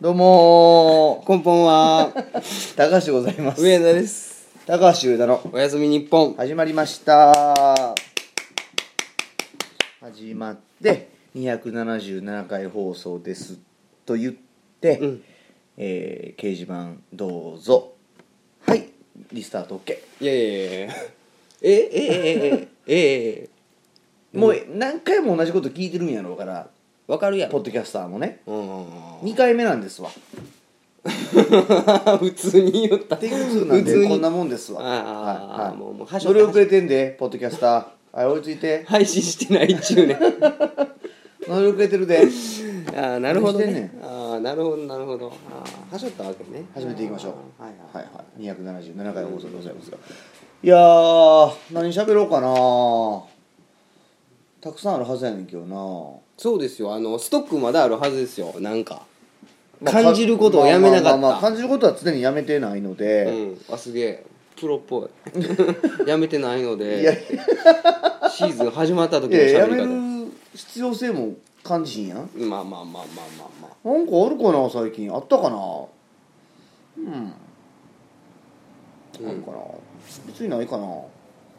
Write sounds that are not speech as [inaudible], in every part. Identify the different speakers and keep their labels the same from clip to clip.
Speaker 1: どうも
Speaker 2: こんばんは。
Speaker 1: ー、高橋でございます。
Speaker 2: 上野です。
Speaker 1: 高橋優太の
Speaker 2: おやすみ日本。
Speaker 1: 始まりました。始まって277回放送ですと言って、
Speaker 2: うん
Speaker 1: えー掲示板どうぞ。はい、リスタート OK。
Speaker 2: いやいやいやいや。えええええええ
Speaker 1: もう何回も同じこと聞いてるんやろうから、
Speaker 2: わかるや
Speaker 1: ポッ
Speaker 2: ろ。
Speaker 1: ドキャスターもね。
Speaker 2: うん
Speaker 1: 2回目なんですわ。
Speaker 2: 普通に言った。
Speaker 1: 手術なんでこんな
Speaker 2: も
Speaker 1: もんですわ。
Speaker 2: あー
Speaker 1: はいはい
Speaker 2: もうもうはしょ
Speaker 1: 乗り遅れてんで、ポッドキャスター。はい、追いついて。
Speaker 2: 配信してないっちゅうね。
Speaker 1: 乗り遅れてるで。
Speaker 2: ああなるほどね。
Speaker 1: 何してん
Speaker 2: ああなるほどなるほど。ああはしょったわけね。
Speaker 1: 始めていきましょう
Speaker 2: はいはい。
Speaker 1: はいはい277回放送でございますよいやー何喋ろうかなたくさんあるはずやねんけどな、
Speaker 2: そうですよ。あのストックまだあるはずですよ。なんか
Speaker 1: まあ
Speaker 2: 感じることをやめな
Speaker 1: まあまあま
Speaker 2: か
Speaker 1: あ
Speaker 2: っ
Speaker 1: 感じることは常にやめてないの
Speaker 2: た。う
Speaker 1: で、
Speaker 2: ん。あすげえ。プロっぽいやめてないので
Speaker 1: いやい
Speaker 2: シーズン始まった時の
Speaker 1: やいやや
Speaker 2: 喋り
Speaker 1: め
Speaker 2: 方
Speaker 1: る必要性も感じひんやんなんか
Speaker 2: まあまあまあまあまあまあ
Speaker 1: あるかな最近あったかなうん、あるかな別にないかな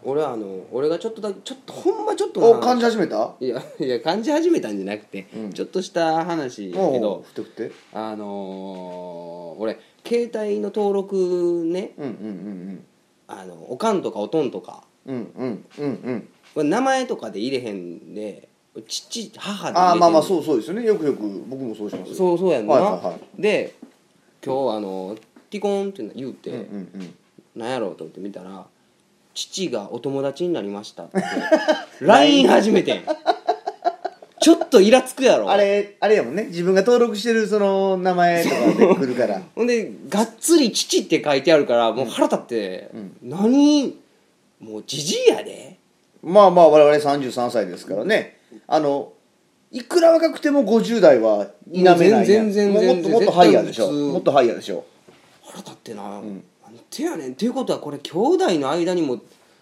Speaker 2: 俺はあの俺がちょっとだけちょっとほんまちょっと
Speaker 1: お
Speaker 2: な
Speaker 1: 感じ始めた
Speaker 2: いやいや感じ始めたんじゃなくて、
Speaker 1: うん
Speaker 2: ちょっとした話だけ
Speaker 1: おう
Speaker 2: ど
Speaker 1: ふてふて
Speaker 2: あのー俺携帯の登録ね
Speaker 1: うんうん
Speaker 2: あのおかんとかおとんとか
Speaker 1: うんうんうんうんうんうん
Speaker 2: 俺名前とかで入れへんで父母で入れてんの
Speaker 1: ああまあまあそうそうですよねよくよく僕もそうします
Speaker 2: そうそうやんな、
Speaker 1: はいはいは
Speaker 2: で今日あのティコンって言うて、
Speaker 1: うんうんうん
Speaker 2: なんやろうと思って見たら父がお友達になりましたって [laughs] LINE 始めてんちょっとイラつくやろ
Speaker 1: あれあれやもんね自分が登録してるその名前とかで来るから
Speaker 2: ほんでがっつり「父」って書いてあるからもう腹立って「
Speaker 1: うん
Speaker 2: 何もうじじいやで
Speaker 1: [laughs] まあまあ我々33歳ですからねあのいくら若くても50代は否めない
Speaker 2: も
Speaker 1: や
Speaker 2: うん全然
Speaker 1: もうもっ
Speaker 2: 全
Speaker 1: と
Speaker 2: 然
Speaker 1: もっとハイヤーでしょ
Speaker 2: 絶対普通
Speaker 1: もっとハイヤーでしょ
Speaker 2: 腹立ってな、
Speaker 1: ん
Speaker 2: なんてやねん」っていうことはこれ兄弟の間にも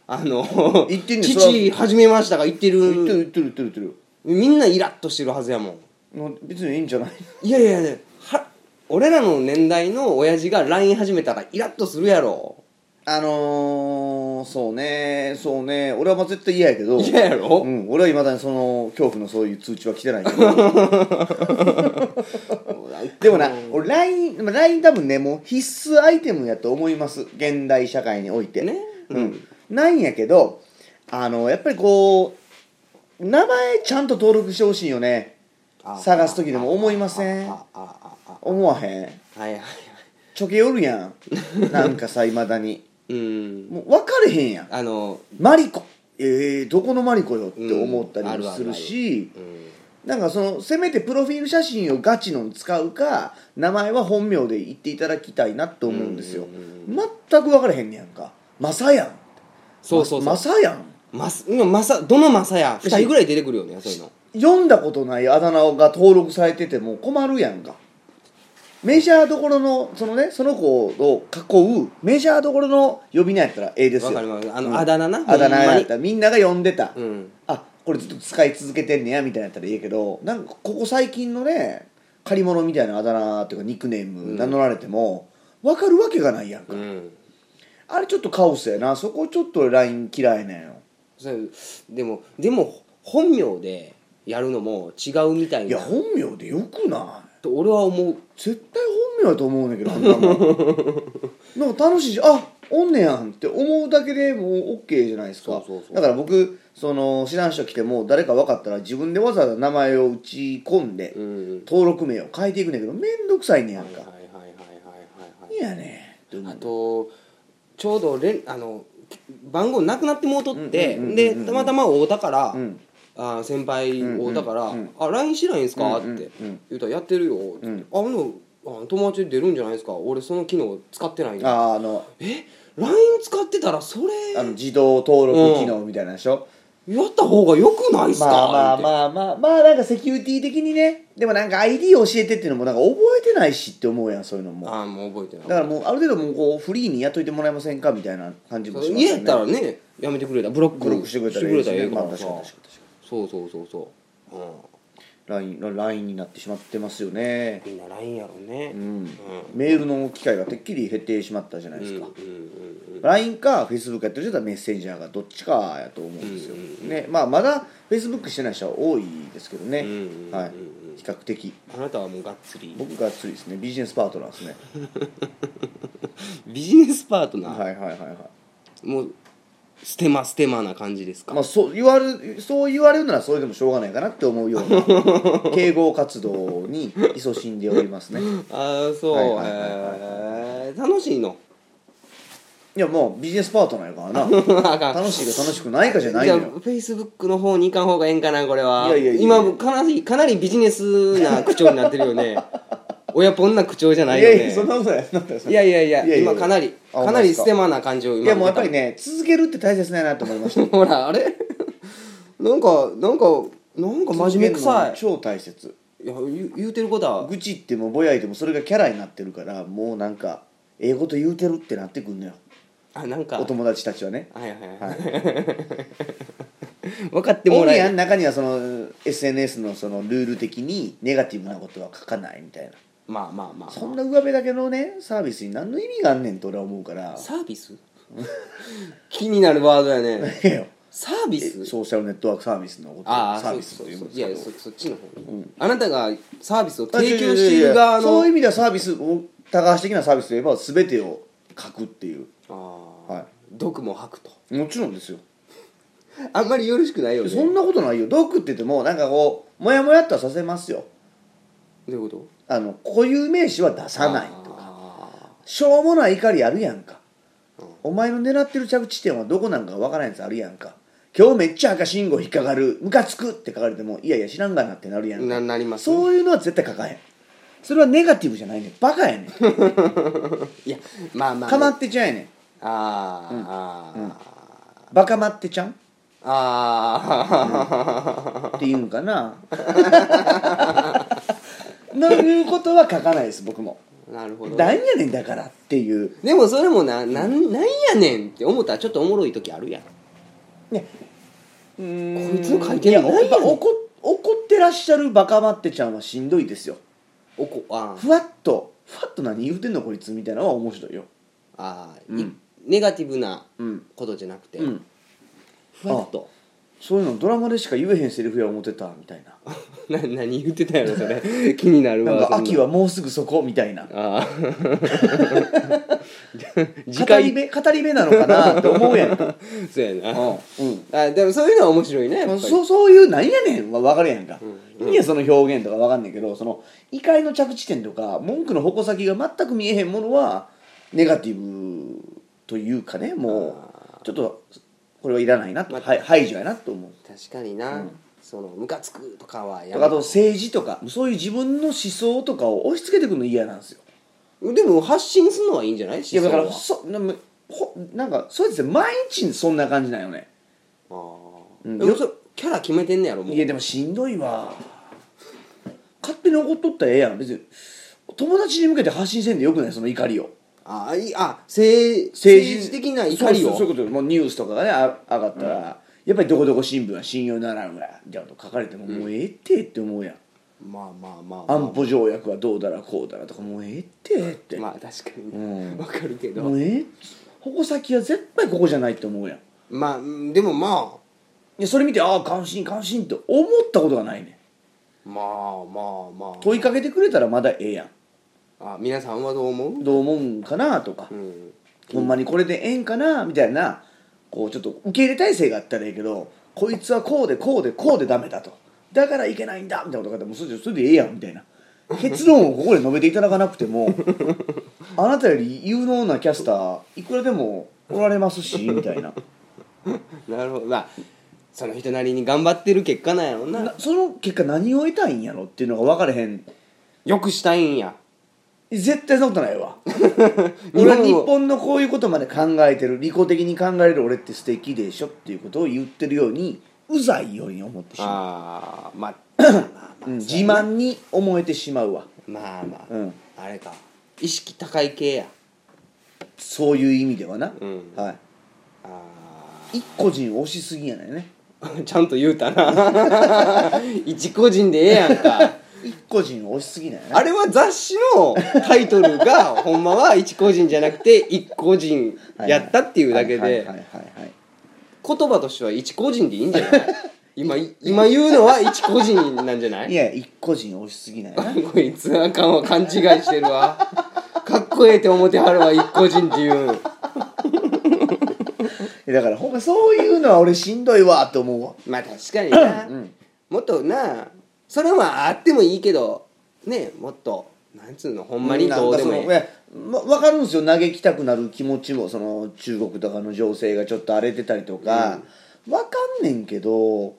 Speaker 2: あ
Speaker 1: [laughs]
Speaker 2: の
Speaker 1: 言ってんねんそれ
Speaker 2: 父始めました」が言って
Speaker 1: 言ってる
Speaker 2: る
Speaker 1: 言ってる言ってる言って
Speaker 2: みんなイラッとしてるはずやもん
Speaker 1: るの別にいいんじゃない
Speaker 2: いやいやいやは俺らの年代の親父が LINE 始めたらイラッとするやろ
Speaker 1: あのー、そうねそうね俺はまあ絶対嫌やけど
Speaker 2: 嫌やろ
Speaker 1: うん、俺はいまだにその恐怖のそういう通知は来てないけどでもな俺 LINE, まあ LINE 多分ねもう必須アイテムやと思います現代社会において
Speaker 2: ね
Speaker 1: うん、なんやけどあのやっぱりこう名前ちゃんと登録してほしいよね探す時でも思いません
Speaker 2: ああああ
Speaker 1: 思わへん
Speaker 2: あはいはいは
Speaker 1: ちょけよるやんなんかさいまだに
Speaker 2: いうん
Speaker 1: もう分かれへんやん
Speaker 2: あの
Speaker 1: マリコえー、どこのマリコよって思った
Speaker 2: うん
Speaker 1: り
Speaker 2: ある
Speaker 1: も
Speaker 2: ある
Speaker 1: するし、
Speaker 2: うん
Speaker 1: なんかそのせめてプロフィール写真をガチのに使うか名前は本名で言っていただきたいなと思うんですよ
Speaker 2: うんうん
Speaker 1: 全く分からへんねやんか「マサヤン」
Speaker 2: そうそうそう
Speaker 1: マサヤン」
Speaker 2: マス今マサどのマサや2人ぐらい出てくるよねそういうの
Speaker 1: 読んだことないあだ名が登録されてても困るやんかメジャーどころのそのねその子を囲うメジャーどころの呼び名やったらええですよ
Speaker 2: わかりますあの
Speaker 1: うん
Speaker 2: あだ名な
Speaker 1: あだ名
Speaker 2: ほんま
Speaker 1: や
Speaker 2: に
Speaker 1: ったらみんなが呼んでた、
Speaker 2: うん
Speaker 1: あこれずっと使い続けてんねやみたいなやったらいいけどなんかここ最近のね借り物みたいなあだ名っていうかニックネーム名乗られても、分かるわけがないやんか、
Speaker 2: うん
Speaker 1: あれちょっとカオスやなそこちょっと LINE 嫌いなんよ
Speaker 2: それでもでも本名でやるのも違うみたい
Speaker 1: いや
Speaker 2: な
Speaker 1: 本名でよくない
Speaker 2: と俺は思う
Speaker 1: 絶対本名やと思うねんだけどあんな
Speaker 2: [laughs]
Speaker 1: もんなんか楽しいしあおんねやんって思うだけでもう OK じゃないですか
Speaker 2: そうそうそう
Speaker 1: だから僕その知らん人来ても誰か分かったら自分でわざわざ名前を打ち込んで、
Speaker 2: うん
Speaker 1: 登録名を変えていくねんだけどめんどくさいねんやん
Speaker 2: はい
Speaker 1: か、
Speaker 2: はいはいはいはいはい
Speaker 1: い、やねんって思
Speaker 2: あ
Speaker 1: う
Speaker 2: とちょうどれんあの番号なくなってもうとって、
Speaker 1: うんうんうんうん
Speaker 2: でたまたま会うたから、
Speaker 1: うん
Speaker 2: あー先輩会うたから
Speaker 1: うん
Speaker 2: 「
Speaker 1: うんうん
Speaker 2: あ LINE しないんすか?」って
Speaker 1: うんうんうん
Speaker 2: 言うたら「やってるよ」って、
Speaker 1: うん
Speaker 2: あほんならあ友達で出るんじゃないですか俺その機能使ってないん
Speaker 1: あ
Speaker 2: だ
Speaker 1: ーあの
Speaker 2: え LINE 使ってたらそれ
Speaker 1: あの自動登録機能みたいなんでしょ、
Speaker 2: やった方がよくないっすか?」
Speaker 1: まあまあ
Speaker 2: あ
Speaker 1: まあまあまあなんかセキュリティ的にねでもなんか ID を教えてっていうのもなんか覚えてないしって思うやんそういうのも
Speaker 2: あーもう覚えてない
Speaker 1: だからもうある程度もうこうフリーにやっといてもらえませんかみたいな感じもします
Speaker 2: 家やった
Speaker 1: ね
Speaker 2: らねやめてくれたブロック
Speaker 1: ブロックしてくれたらいいしね
Speaker 2: してくれたらええからさ
Speaker 1: まあ確かに確かに
Speaker 2: そうそうそうそう、うん、
Speaker 1: LINE, LINE になってしまってますよね、
Speaker 2: みんな LINE やろね
Speaker 1: う
Speaker 2: うんん
Speaker 1: メールの機会がてっきり減ってしまったじゃないですか、
Speaker 2: うんうんうん
Speaker 1: LINE か Facebook やってる人はメッセンジャーがどっちかやと思うんですよ、
Speaker 2: うんうんう
Speaker 1: ねまあ、まだ Facebook してない人は多いですけどね、
Speaker 2: うんうんうん
Speaker 1: はい、比較的
Speaker 2: あなたはもうがっつり
Speaker 1: 僕がっつりですねビジネスパートナーですね
Speaker 2: ビジネスパートナー、
Speaker 1: はいはいはいはい
Speaker 2: もうステマステマな感じですか、
Speaker 1: まあ、そう言われるそう言われるならそれでもしょうがないかなって思うよう
Speaker 2: [laughs]
Speaker 1: な敬語活動に勤しんでおりますね
Speaker 2: ああそう
Speaker 1: は
Speaker 2: へ
Speaker 1: いはいはいはい
Speaker 2: え楽しいの
Speaker 1: いやもうビジネスパートナーやからな
Speaker 2: あかん
Speaker 1: 楽しいか楽しくないかじゃない
Speaker 2: じゃ
Speaker 1: の
Speaker 2: あ
Speaker 1: よ
Speaker 2: フェイスブックの方に行かん方がええんかなこれはい
Speaker 1: やいやいや
Speaker 2: 今もかなりかなりビジネスな口調になってるよ
Speaker 1: [laughs]
Speaker 2: ね親ポンな口調じゃないいよ
Speaker 1: や
Speaker 2: ね
Speaker 1: いやそんなことないそんなことない
Speaker 2: いやいやいや
Speaker 1: いやいやいや
Speaker 2: 今かなり
Speaker 1: あほんま
Speaker 2: かな
Speaker 1: で
Speaker 2: り
Speaker 1: すか
Speaker 2: ステマな感じを今
Speaker 1: いやもうやっぱり
Speaker 2: ね
Speaker 1: ね続けるって大切だなと思いました
Speaker 2: [laughs] ほらあれなんかなんかなんか真面目くさい
Speaker 1: 超大切
Speaker 2: いや言う言うてることは
Speaker 1: 愚痴言ってもぼやいてもそれがキャラになってるからもうなんか英語と言うてるってなってくんのよ
Speaker 2: あなんか
Speaker 1: お友達たちはね
Speaker 2: はいはい
Speaker 1: は
Speaker 2: はい
Speaker 1: い
Speaker 2: [laughs] 分かって
Speaker 1: オ
Speaker 2: も
Speaker 1: ン
Speaker 2: ら
Speaker 1: リ
Speaker 2: え
Speaker 1: アの
Speaker 2: る
Speaker 1: 中にはその SNS のそのルール的にネガティブなことは書かないみたいな
Speaker 2: まあまあまあ
Speaker 1: そんな上辺だけのねサービスに何の意味があんねんと俺は思うから [laughs]
Speaker 2: サービス気になるワードやね
Speaker 1: いやよ
Speaker 2: サービス
Speaker 1: ソーシャルネットワークサービスのこと
Speaker 2: ああ
Speaker 1: サービスというん
Speaker 2: そう
Speaker 1: です
Speaker 2: いや
Speaker 1: け
Speaker 2: い
Speaker 1: ど
Speaker 2: やそそっちの方に、あなたがサービスを
Speaker 1: あ
Speaker 2: 提供している側
Speaker 1: 違う違う違うそういう
Speaker 2: の
Speaker 1: 意味ではサービスを高橋的なサービスといえば全てを書くっていう
Speaker 2: ああ、
Speaker 1: はい
Speaker 2: 毒も吐くと
Speaker 1: もちろんですよ
Speaker 2: あんまりよろしくないよね
Speaker 1: そんなことないよ毒って言ってもなんかこうモヤモヤっとはさせますよ
Speaker 2: どういうこと
Speaker 1: あの固有名詞は出さないとか
Speaker 2: か
Speaker 1: しょうもない怒りあるやんか、お前の狙ってる着地点はどこなんかわからないやつあるやんか今日めっちゃ赤信号引っかかるムカつくって書かれてもいやいや知らんがなってなるやんか
Speaker 2: ななりますね
Speaker 1: そういうのは絶対書かへんそれはネガティブじゃないねんバカや
Speaker 2: [laughs]
Speaker 1: ねん
Speaker 2: いやまあまあ、
Speaker 1: かまってちゃんやねん
Speaker 2: あー、
Speaker 1: うん
Speaker 2: あ
Speaker 1: バカまってちゃんっ
Speaker 2: ー、あ
Speaker 1: て言うんか
Speaker 2: [laughs]
Speaker 1: な [laughs] ということは書かないです僕も
Speaker 2: ー [laughs] なるほど
Speaker 1: なんやねんだからっていう
Speaker 2: でもそれもななんなんやねんって思ったらちょっとおもろい時あるやん
Speaker 1: うーん
Speaker 2: こいつの書いてるの
Speaker 1: ややっぱ
Speaker 2: 何やねん
Speaker 1: 怒怒ってらっしゃるバカまってちゃんはしんどいですよ
Speaker 2: おこあー
Speaker 1: ふわっとふわっと何言うてんのこいつみたいなのは面白いよ
Speaker 2: あー、
Speaker 1: うん
Speaker 2: いネガティブな
Speaker 1: うん
Speaker 2: ことじゃなくて、
Speaker 1: うん
Speaker 2: ふわっと
Speaker 1: そういうのドラマでしか言えへんセリフや思ってたみたいな
Speaker 2: [laughs] な何言ってたやろそれ [laughs] 気になるわ
Speaker 1: なんか
Speaker 2: そん
Speaker 1: 秋はもうすぐそこみたいな
Speaker 2: あー
Speaker 1: 語
Speaker 2: 次
Speaker 1: り
Speaker 2: 回
Speaker 1: 部語り部なのかなって思うやんうん
Speaker 2: [laughs] そうやな
Speaker 1: う
Speaker 2: あでもそういうのは面白いねやっぱ
Speaker 1: ん
Speaker 2: り
Speaker 1: そうそういうなんやねんは分かるやんか、
Speaker 2: うん
Speaker 1: いいやその表現とか分かんないけどその怒りの着地点とか文句の矛先が全く見えへんものはネガティブというかねもうちょっとこれはいらないなと、
Speaker 2: まあ
Speaker 1: はい排除やなと思う
Speaker 2: 確かにな、そのムカつくとかはや
Speaker 1: と
Speaker 2: め
Speaker 1: かあと政治とかそういう自分の思想とかを押し付けてくるの嫌なんですよ
Speaker 2: でも発信するのはいいんじゃない
Speaker 1: いやだから
Speaker 2: 思想
Speaker 1: そなほなんかそうですね毎日そんな感じなんよね
Speaker 2: はああ、
Speaker 1: うん
Speaker 2: でもそれキャラ決めてんねやろもう
Speaker 1: いやでもしんどいわ勝手に怒っとったらええやん別に友達に向けて発信せんでよくないその怒りを
Speaker 2: ああいあ
Speaker 1: 政
Speaker 2: 政政
Speaker 1: 治
Speaker 2: 治的な怒り
Speaker 1: そう
Speaker 2: を
Speaker 1: そうそういうことよもうニュースとかがねあ上がったら、やっぱりどこどこ新聞は信用ならんわじゃあと書かれても、もうええってって思うやん
Speaker 2: まあまあまあ、まあ、
Speaker 1: 安保条約はどうだらこうだらとかもうええってって、
Speaker 2: まあ確かに
Speaker 1: う
Speaker 2: わ、
Speaker 1: ん
Speaker 2: かるけど
Speaker 1: もうええっつ矛先は絶対ここじゃないって思うやんい
Speaker 2: まあうんでもまあ
Speaker 1: やそれ見てああ関心関心って思ったことがないね
Speaker 2: まあまあまあ
Speaker 1: 問いかけてくれたらまだええや
Speaker 2: あ皆さんはどう思
Speaker 1: んどう思うんかなとか
Speaker 2: う、う、ん、
Speaker 1: ほんまにこれでええんかなみたいなこうちょっと受け入れ体制があったらええけどこいつはこうでこうでこうでダメだとだからいけないんだみたいなことがあったらもうそれでそれでええやんみたいな結論をここで述べていただかなくてもあなたより有能なキャスターいくらでもおられますしみたいな
Speaker 2: なるほどまあその人なりに頑張ってる結果なんやろうな
Speaker 1: なその結果何を得たいんやろっていうのが分からへん
Speaker 2: よくしたいんや
Speaker 1: 絶対そんなことないわ
Speaker 2: 日
Speaker 1: 俺は
Speaker 2: 本を
Speaker 1: 日本のこういうことまで考えてる利己的に考えれる俺って素敵でしょっていうことを言ってるようにうざいように思ってしまう
Speaker 2: ああまあまあまあ
Speaker 1: うん自慢に思えてしまうわ、
Speaker 2: まあまあ、
Speaker 1: うん、
Speaker 2: あれか意識高い系や
Speaker 1: そういう意味ではな、
Speaker 2: うん
Speaker 1: は
Speaker 2: あー
Speaker 1: い、一個人を押しすぎやないね
Speaker 2: [laughs] ちゃんと言うたな [laughs] 一個人でええやんか
Speaker 1: 一個人押しすぎない
Speaker 2: あれは雑誌のタイトルがほんまは一個人じゃな
Speaker 1: [laughs]
Speaker 2: くて一個人やったっていうだけ
Speaker 1: はいはい
Speaker 2: で
Speaker 1: はいはいはい
Speaker 2: 言葉としては一個人でいいんじゃ
Speaker 1: [laughs]
Speaker 2: ない今い今言うのは一個人なんじゃない
Speaker 1: いや一個人押しすぎないな
Speaker 2: こいつあかんわ勘違いしてるわかっこええって思ってはるわ一個人っていうん
Speaker 1: いやだからほんまそういうのは俺しんどいわって思うわ
Speaker 2: まあ確かにな、もっとなそれはあってもいいけどねもっとなんつうのほんまにどうでもいい、
Speaker 1: なんかそのやま、分かるんですよ嘆きたくなる気持ちもその中国とかの情勢がちょっと荒れてたりとか、分かんねんけどう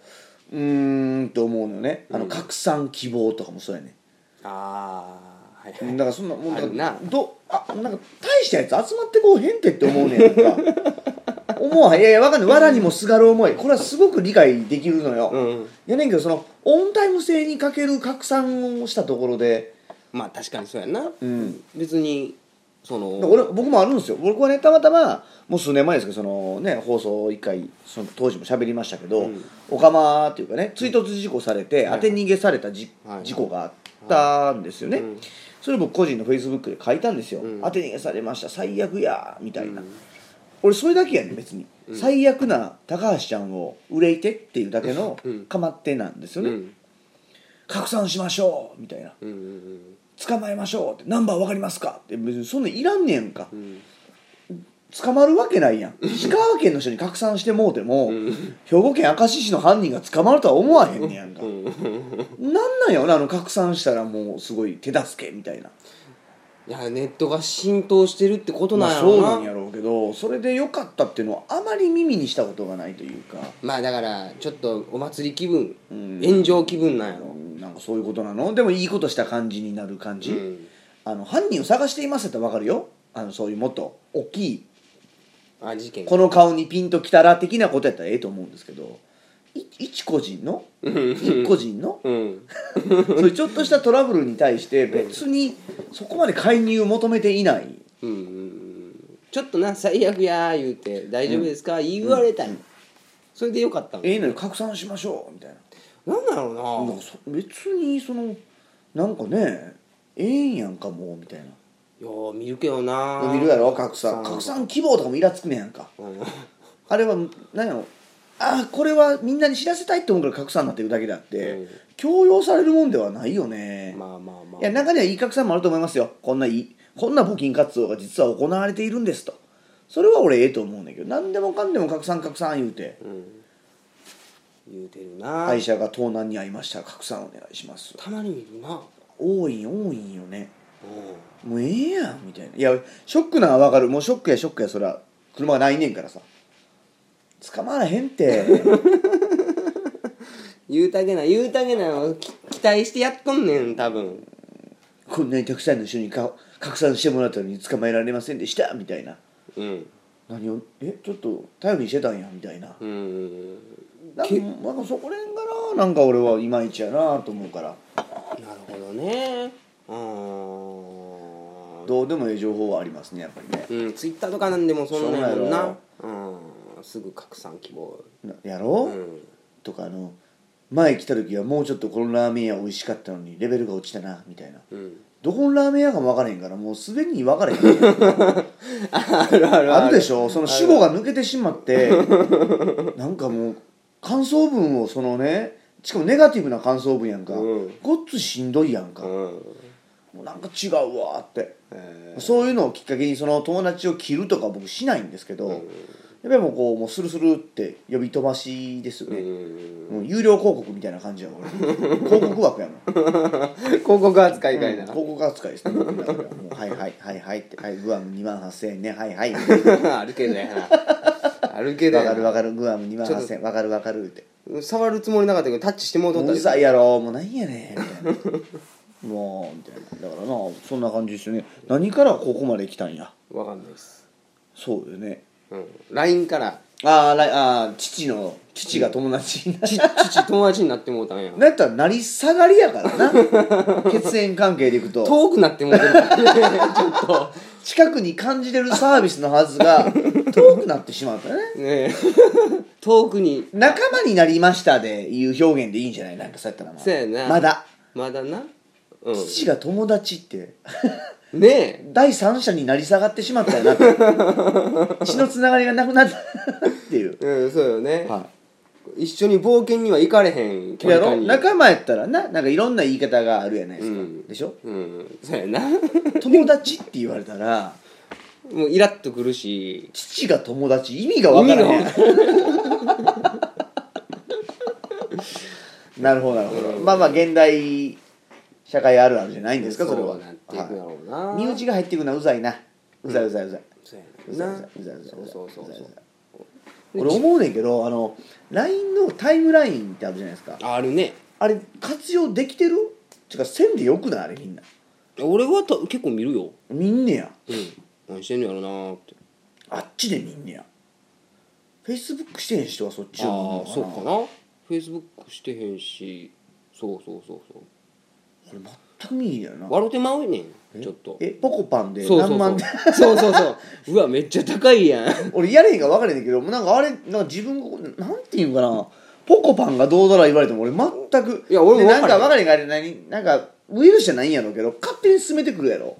Speaker 1: ーんと思うのよねあの拡散希望とかもそうやね、
Speaker 2: ああはい
Speaker 1: ん、だからそんなもん
Speaker 2: あ
Speaker 1: だ
Speaker 2: るな
Speaker 1: どあなんか大したやつ集まってこうへんてって思うねんやんか
Speaker 2: [laughs]
Speaker 1: 思わへんいやいや分かんないわらにもすがる思いこれはすごく理解できるのよ、
Speaker 2: うん
Speaker 1: やねんけどそのオンタイム制にかける拡散をしたところで
Speaker 2: まあ確かにそうやな、
Speaker 1: ん
Speaker 2: 別にその
Speaker 1: 俺僕もあるんですよ僕はねたまたまもう数年前ですけどその、ね、放送1回その当時も喋りましたけど、
Speaker 2: うん
Speaker 1: オカマっていうかね追突事故されて、
Speaker 2: はい
Speaker 1: 当て逃げされたじ、
Speaker 2: はい
Speaker 1: 事故があったんですよね、
Speaker 2: うん
Speaker 1: それ僕個人のフェイスブックで書いたんですよ、
Speaker 2: うん
Speaker 1: 当て逃げされました最悪やみたいな、
Speaker 2: うん
Speaker 1: 俺それだけやねん別に、最悪な高橋ちゃんを憂いてっていうだけの
Speaker 2: うん
Speaker 1: かまってなんです
Speaker 2: う
Speaker 1: よ
Speaker 2: ん
Speaker 1: ね、
Speaker 2: うん
Speaker 1: 拡散しましょうみたいな
Speaker 2: うんうん
Speaker 1: 捕まえましょうってナンバーわかりますかって別にそんなんいらんねやんか、
Speaker 2: うん
Speaker 1: 捕まるわけないやん石川県の人に拡散してもうても、兵庫県明石市の犯人が捕まるとは思わへんねやんか、なんなんやろなあの拡散したらもうすごい手助けみたいな、
Speaker 2: いやネットが浸透してるってことなん
Speaker 1: まあ、
Speaker 2: や
Speaker 1: そ
Speaker 2: ろ
Speaker 1: う
Speaker 2: う
Speaker 1: なん
Speaker 2: な
Speaker 1: やろうけどそれで良かったっていうのはあまり耳にしたことがないというか、
Speaker 2: まあだからちょっとお祭り気分、
Speaker 1: うん
Speaker 2: 炎上気分なん
Speaker 1: う
Speaker 2: やろ、
Speaker 1: んなんかそういうことなのでもいいことした感じになる感じ、
Speaker 2: うん
Speaker 1: あの犯人を探していますってわかるよあのそういうもっと大きい
Speaker 2: あ事件
Speaker 1: この顔にピンときたら的なことやったらええと思うんですけどい一個人の一個人の
Speaker 2: うん
Speaker 1: [laughs] そういうちょっとしたトラブルに対して別にそこまで介入を求めていない
Speaker 2: うんうんうんちょっとな最悪やー言うて「大丈夫ですか?」言われたり、それでよかったの
Speaker 1: ええのに拡散しましょうみたいな
Speaker 2: なんだろう
Speaker 1: な
Speaker 2: なん
Speaker 1: かそ別にそのなんかねええんやんかもうみたいない
Speaker 2: やー見るけどなー
Speaker 1: 見るやろ拡散
Speaker 2: 拡
Speaker 1: 拡
Speaker 2: 散
Speaker 1: 散希望とかもイラつくねやんか
Speaker 2: うん
Speaker 1: あれは何やろああこれはみんなに知らせたいって思うから拡散になってるだけであって、
Speaker 2: うん
Speaker 1: 強要されるもんではないよね、
Speaker 2: まあまあまあ
Speaker 1: いや中にはいい拡散もあると思いますよこんないいこんな募金活動が実は行われているんですとそれは俺ええと思うんだけど何でもかんでも拡散拡散言うて
Speaker 2: うん言うてるな
Speaker 1: 会社が盗難に遭いました拡散お願いします
Speaker 2: たまに見るな
Speaker 1: 多いん多いんよね
Speaker 2: うん
Speaker 1: もうええやんみたいないやショックなんはわかるもうショックやショックやそら車がないねんからさ捕まらへんって [laughs]
Speaker 2: 言うたげな言うたげなき期待してやっとんねん多分
Speaker 1: こんなにたくさんの人にか拡散してもらったのに捕まえられませんでしたみたいな
Speaker 2: うん
Speaker 1: 何をえちょっと頼りにしてたんやみたいな
Speaker 2: うん
Speaker 1: なんかなんかそこら辺がななんか俺はいまいちやなと思うから
Speaker 2: なるほどねうん
Speaker 1: どうでもいい情報はありますねやっぱりね
Speaker 2: うんツイッターとかなんでもそんなんやもん
Speaker 1: そう
Speaker 2: なうんすぐ拡散希望
Speaker 1: なやろ
Speaker 2: う
Speaker 1: う、
Speaker 2: ん
Speaker 1: とかあの前来た時はもうちょっとこのラーメン屋美味しかったのにレベルが落ちたなみたいな
Speaker 2: うん
Speaker 1: どこのラーメン屋かも分からへんからもうすでに分から
Speaker 2: [laughs]
Speaker 1: へんあ
Speaker 2: あるある
Speaker 1: るでしょその主語が抜けてしまってなんかもう感想文をそのねしかもネガティブな感想文やんか、
Speaker 2: うん
Speaker 1: ごっつしんどいやんか、
Speaker 2: うん
Speaker 1: もうなんか違うわーって
Speaker 2: え
Speaker 1: そういうのをきっかけにその友達を切るとか僕しないんですけど、やっぱりもうこうもうスルスルって呼び飛ばしですよ
Speaker 2: ー
Speaker 1: ね、
Speaker 2: うん
Speaker 1: もう有料広告みたいな感じやわ [laughs] 俺広告枠やもん [laughs]
Speaker 2: 広告扱いかいな
Speaker 1: 広告扱いですね僕の中ではもうはいはいはいはいってはいグアム2万8000円ねはいはいわ
Speaker 2: [laughs] あるけどやなあるけどやな
Speaker 1: かるわかるグアム2万8000円わかるわかるって
Speaker 2: 触るつもりなかったけどタッチしてもうと
Speaker 1: もう
Speaker 2: った
Speaker 1: う
Speaker 2: で
Speaker 1: ざいやろもうなんやねんみたいなもうみたいなだからなそんな感じですよね何からここまで来たんや
Speaker 2: わかんないです、
Speaker 1: そうよね
Speaker 2: うん、LINE から
Speaker 1: あーライあー父の父が友達にな
Speaker 2: ち父友達になってもうたんや
Speaker 1: なんやったら成り下がりやから
Speaker 2: [laughs]
Speaker 1: な血縁関係でいくと
Speaker 2: 遠くなってもうてる [laughs] ちょっと
Speaker 1: 近くに感じれるサービスのはず
Speaker 2: [laughs]
Speaker 1: が遠くなってしまったね
Speaker 2: ねえ遠くに
Speaker 1: 仲間になりましたでいう表現でいいんじゃないなんかそうやったらな
Speaker 2: そうやな
Speaker 1: まだ
Speaker 2: まだなう
Speaker 1: 父が友達って
Speaker 2: んねえ
Speaker 1: 第三者になり下がってしまったよなって
Speaker 2: [laughs]
Speaker 1: 血のつながりがなくなったっていう、
Speaker 2: うんそうよね、
Speaker 1: は
Speaker 2: 一緒に冒険には行かれへん
Speaker 1: い、やろ
Speaker 2: に
Speaker 1: 仲間やったらななんかいろんな言い方があるやないですか、
Speaker 2: うん
Speaker 1: でしょ
Speaker 2: うんそうやな
Speaker 1: 友達って言われたら
Speaker 2: もうイラッとくるし
Speaker 1: 父が友達意味がわからへ
Speaker 2: 意
Speaker 1: ん [laughs] なるほどなるほど、まあまあ現代社会あるあるじゃないんですかそれは
Speaker 2: うなっていくだろうな、
Speaker 1: はい身内が入ってくるのはうざいなうざいうざいうざい
Speaker 2: そう
Speaker 1: う
Speaker 2: や
Speaker 1: ざ
Speaker 2: ないな
Speaker 1: うざいうざい
Speaker 2: そうそうそう
Speaker 1: うざいうざ
Speaker 2: そ
Speaker 1: いう俺思うねんけどあの LINE のタイムラインってあるじゃないですか
Speaker 2: あるね
Speaker 1: あれ活用できてるてかせんでよくないあれみんな
Speaker 2: 俺はた結構見るよ
Speaker 1: みんねや
Speaker 2: うん何してんのやろなーって
Speaker 1: あっちでみんねや Facebook してへん人はそっ
Speaker 2: あ
Speaker 1: ちを
Speaker 2: あ
Speaker 1: 見んの
Speaker 2: ーそうかなフェイスブックしてへんしそうそうそうそう
Speaker 1: 俺全く見えへんやな
Speaker 2: 笑うてまうねんちょっと
Speaker 1: えポコパンで
Speaker 2: そうそ
Speaker 1: 何
Speaker 2: うそ
Speaker 1: 万
Speaker 2: う
Speaker 1: で
Speaker 2: そうそうそううわめっちゃ高いやん
Speaker 1: [laughs] 俺やれへんから分からへんねんけどもうなんかあれなんか自分がなんていうんかなポコパンがどうだら言われても俺全く
Speaker 2: いや俺も
Speaker 1: で
Speaker 2: 分
Speaker 1: なん
Speaker 2: か
Speaker 1: から
Speaker 2: へん
Speaker 1: 分からへんからあれ何なんかウイルスじゃないんやろうけど勝手に進めてくるやろ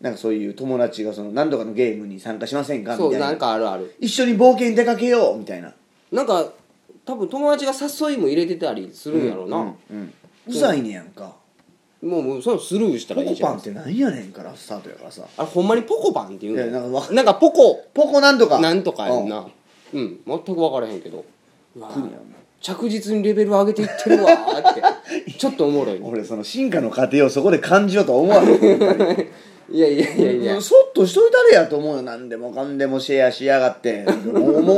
Speaker 1: なんかそういう友達がその何度かのゲームに参加しませんかみ
Speaker 2: そう
Speaker 1: たい
Speaker 2: な
Speaker 1: なん
Speaker 2: かあるある
Speaker 1: 一緒に冒険に出かけようみたいな
Speaker 2: なんか多分友達が誘いも入れてたりするんやろうな、
Speaker 1: うんうんうざいねやんか
Speaker 2: もうもうそのスルーしたら
Speaker 1: ポ
Speaker 2: いい
Speaker 1: コ
Speaker 2: じゃ
Speaker 1: パン
Speaker 2: ん
Speaker 1: ってなんやねんからスタートやからさ
Speaker 2: あれほんまにポコパンって言う
Speaker 1: いやなんかわ
Speaker 2: のなんかポコ
Speaker 1: ポコなんとか
Speaker 2: なんとかやん
Speaker 1: う
Speaker 2: なうん全く分からへんけどうわ
Speaker 1: 来るやん
Speaker 2: 着実にレベル上げていってるわー
Speaker 1: [laughs]
Speaker 2: ってちょっとおもろいね
Speaker 1: 俺その進化の過程をそこで感じようとは思わない
Speaker 2: いやいやいやいや
Speaker 1: そっとしといたれやと思うよ何でもかんでもシェアしやがって思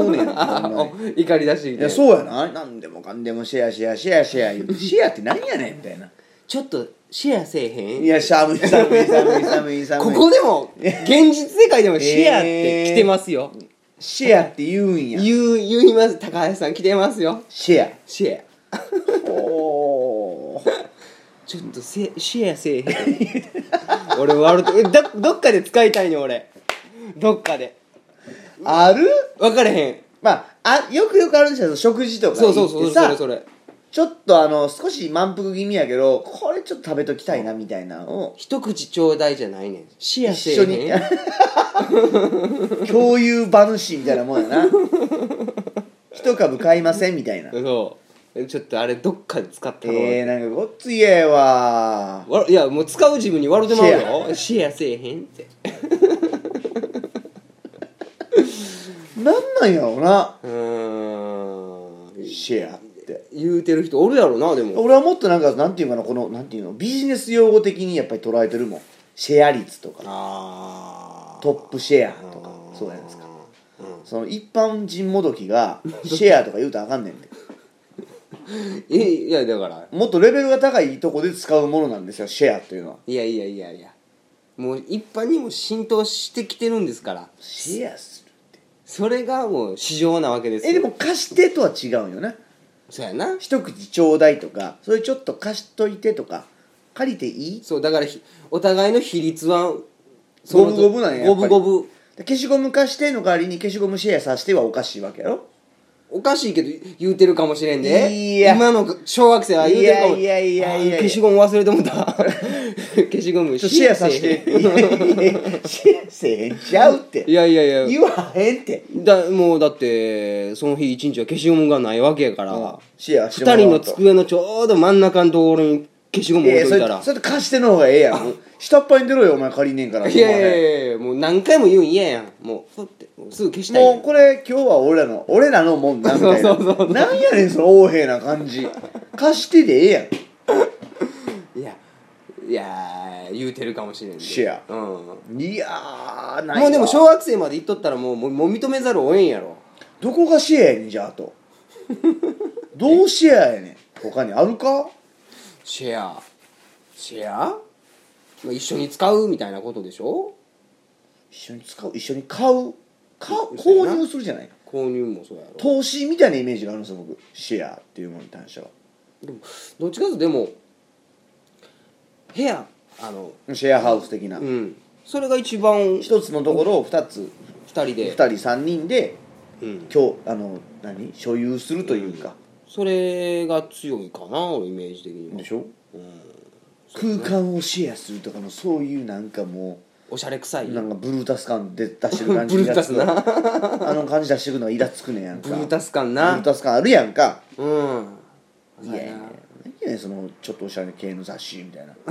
Speaker 1: うね
Speaker 2: [laughs]
Speaker 1: んほん
Speaker 2: あ
Speaker 1: まに
Speaker 2: 怒り出して
Speaker 1: い
Speaker 2: き
Speaker 1: や
Speaker 2: て
Speaker 1: そうやな何でもかんでもシェアシェアシェアシェア言うてシェアって何やねんみたいな
Speaker 2: ちょっとシェアせえへん
Speaker 1: いや寒い寒い寒い寒い寒
Speaker 2: こ
Speaker 1: い
Speaker 2: こでも現実世界でもシェアって来てますよ、
Speaker 1: シェアって言うんや
Speaker 2: 言う言います高橋さん来てますよ
Speaker 1: シェ
Speaker 2: シェア
Speaker 1: アおー
Speaker 2: ちょっとせシェアせえへん [laughs] 俺笑うてえだどっかで使いたいの俺どっかで
Speaker 1: ある
Speaker 2: 分かれへん
Speaker 1: まああよくよくあるんですよ食事とか
Speaker 2: そ
Speaker 1: 行
Speaker 2: うそうそ
Speaker 1: っ
Speaker 2: う
Speaker 1: て
Speaker 2: それ
Speaker 1: さ
Speaker 2: それ
Speaker 1: ちょっとあの少し満腹気味やけどこれちょっと食べときたいなみたいなのを
Speaker 2: 一口ちょうだいじゃないねんシェアせ
Speaker 1: 一緒に
Speaker 2: えへん
Speaker 1: 共有話みたいなもんやな一株買いませんみたいな
Speaker 2: そうちょっとあれどっかで使ったの、
Speaker 1: えー、なんかごっついええわ
Speaker 2: わいやもう使う自分に笑うてまうよシェアせえへんって
Speaker 1: なんなんやろな
Speaker 2: うーん
Speaker 1: シェアって
Speaker 2: 言うてる人おるやろなでも
Speaker 1: 俺はもっとなんかなんていうかなこのなんていうのビジネス用語的にやっぱり捉えてるもんシェア率とか
Speaker 2: あ
Speaker 1: トップシェアとかそうじゃないですかその一般人もどきがシェアとか言うとあかんねんで
Speaker 2: えいやだから
Speaker 1: もっとレベルが高いとこで使うものなんですよシェアというのはい
Speaker 2: やいやいやいやもう一般にも浸透してきてるんですから
Speaker 1: シェアする
Speaker 2: それがもう市場なわけですよ
Speaker 1: えでも貸してとは違うんよね
Speaker 2: そうやな
Speaker 1: 一口ちょうだいとかそれちょっと貸しといてとか借りていい
Speaker 2: そうだからひお互いの比率は
Speaker 1: 五分五分なんやや
Speaker 2: 五
Speaker 1: っぱり
Speaker 2: 分五分
Speaker 1: で消しゴム貸しての代わりに消しゴムシェアさせてはおかしいわけやろ
Speaker 2: おかしいけど言うてるかもしれんで
Speaker 1: いや
Speaker 2: 今の小学生は言うてるかも
Speaker 1: いやいやいやいやいや
Speaker 2: あー消しゴム忘れてもうた [laughs] 消しゴム
Speaker 1: ちょシェアさせてっていやいやいやシェアせえへんちゃうって
Speaker 2: いやいやいや
Speaker 1: 言わへんって
Speaker 2: だもうだってその日一日は消しゴムがないわけやから
Speaker 1: シェアしても
Speaker 2: 二
Speaker 1: ら
Speaker 2: 人
Speaker 1: お
Speaker 2: の
Speaker 1: うと
Speaker 2: 机のちょうど真ん中のところに消しゴム
Speaker 1: いやいや
Speaker 2: 置
Speaker 1: そ
Speaker 2: いとい
Speaker 1: れ
Speaker 2: たら
Speaker 1: それと貸しての方がええやん下っ端に出ろよお前借りねえから
Speaker 2: いやいやいやいやもう何回も言うん嫌やんもうふってもうすぐ消したいや
Speaker 1: もうんこれ今日は俺らの俺らのもんなみたいな
Speaker 2: そうそうそう
Speaker 1: なんやねんその横柄な感じ貸してでええやん
Speaker 2: いやいやー言うてるかもしれんで
Speaker 1: シェア
Speaker 2: うん
Speaker 1: いやーないわ
Speaker 2: もうでも小学生まで言っとったらもうもうもう認めざるを得んやろ
Speaker 1: どこがシェアやねんじゃああと
Speaker 2: [laughs]
Speaker 1: どうシェアやねん他にあるか
Speaker 2: シェアシェア、まあ、一緒に使うみたいなことでしょ
Speaker 1: 一緒に使う一緒に買うか購入するじゃないの
Speaker 2: 購入もそうやろ
Speaker 1: 投資みたいなイメージがあるんですよ僕シェアっていうものに対しては
Speaker 2: どっちかというとでも部屋あの
Speaker 1: シェアハウス的な
Speaker 2: うんそれが一番
Speaker 1: 一つのところを二つ
Speaker 2: 二人
Speaker 1: 二
Speaker 2: で、
Speaker 1: 人三人で
Speaker 2: うん、
Speaker 1: 今日あの何所有するというか、
Speaker 2: それが強いかな俺イメージ的には
Speaker 1: でしょ
Speaker 2: うん、
Speaker 1: 空間をシェアするとかのそういうなんかも
Speaker 2: おしゃれ臭いうブ
Speaker 1: なんかブルータス感で出してる感じ
Speaker 2: ルータ [laughs] スな
Speaker 1: あの感じ出してくるのがイラつくねやんか
Speaker 2: ブルータス感
Speaker 1: ブル
Speaker 2: な
Speaker 1: ータス感あるやんか
Speaker 2: うん
Speaker 1: いやいや何やねんそのちょっとおしゃれ系の雑誌みたいな [laughs]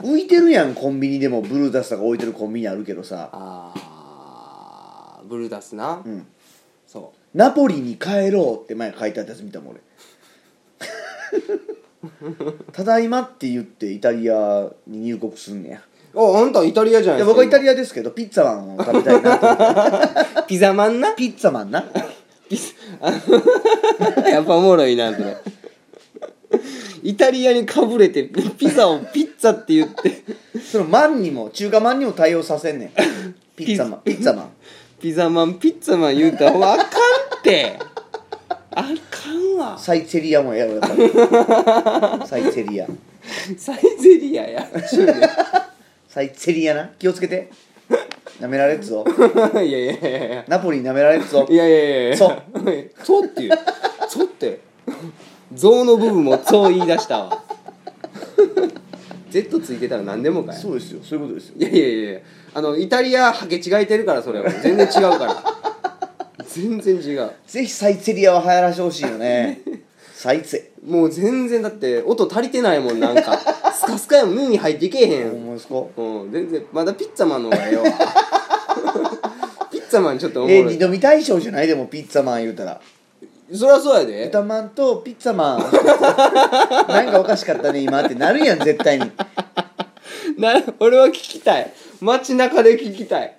Speaker 1: 浮いてるやんコンビニでもブルータスとか置いてるコンビニあるけどさ
Speaker 2: あーブルータスな、
Speaker 1: ん
Speaker 2: そ
Speaker 1: ナポリに帰ろうって前書いてあったやつ見たもん俺ただいまって言ってイタリアに入国すんねや
Speaker 2: うああんたイタリアじゃないい
Speaker 1: や僕はイタ
Speaker 2: リ
Speaker 1: リアですけどピッツァマンを食べたいなと思って
Speaker 2: アピザマ
Speaker 1: [laughs]
Speaker 2: ンな
Speaker 1: ピッツァマンな
Speaker 2: ピスあやっぱおもろいなそれイタリアにかぶれてピザをピッツァって言って
Speaker 1: そのマンにも中華マンにも対応させんねんピッツァマンピッツァマン
Speaker 2: ピザマンピッツァマン言うたらほんまあかんってあかんわ
Speaker 1: サイゼリアもやろうやっぱりサイゼリア
Speaker 2: サイゼリ
Speaker 1: [laughs]
Speaker 2: アや
Speaker 1: サイゼリアな気をつけてなめられっぞ
Speaker 2: いやいやいやいや
Speaker 1: ナポリになめられっぞ
Speaker 2: いやいやいや
Speaker 1: そう
Speaker 2: そうっていうそうって象の部分もそう言い出したわ Z ついてたら何でもかい
Speaker 1: そうですよそういうことですよ
Speaker 2: いやいやいやいやあのイタリアはけ違えてるからそれは全然違うから全然違う
Speaker 1: ぜひサイゼリアは流行らしてほしいよねサイゼ
Speaker 2: もう全然だって音足りてないもんなんかスカスカやもん目に入っていけへん
Speaker 1: 思いつこ
Speaker 2: うん全然まだピッツァマンの方が [laughs] ええわピッツァマンちょっとおも
Speaker 1: え
Speaker 2: ろ
Speaker 1: 二
Speaker 2: い
Speaker 1: 度見大賞じゃないでもピッツァマン言うたら
Speaker 2: そりゃそうやで
Speaker 1: 豚まんとピッツァマンなんかおかしかったね今ってなるやん絶対に
Speaker 2: [laughs] な俺は聞きたい街中で聞きたい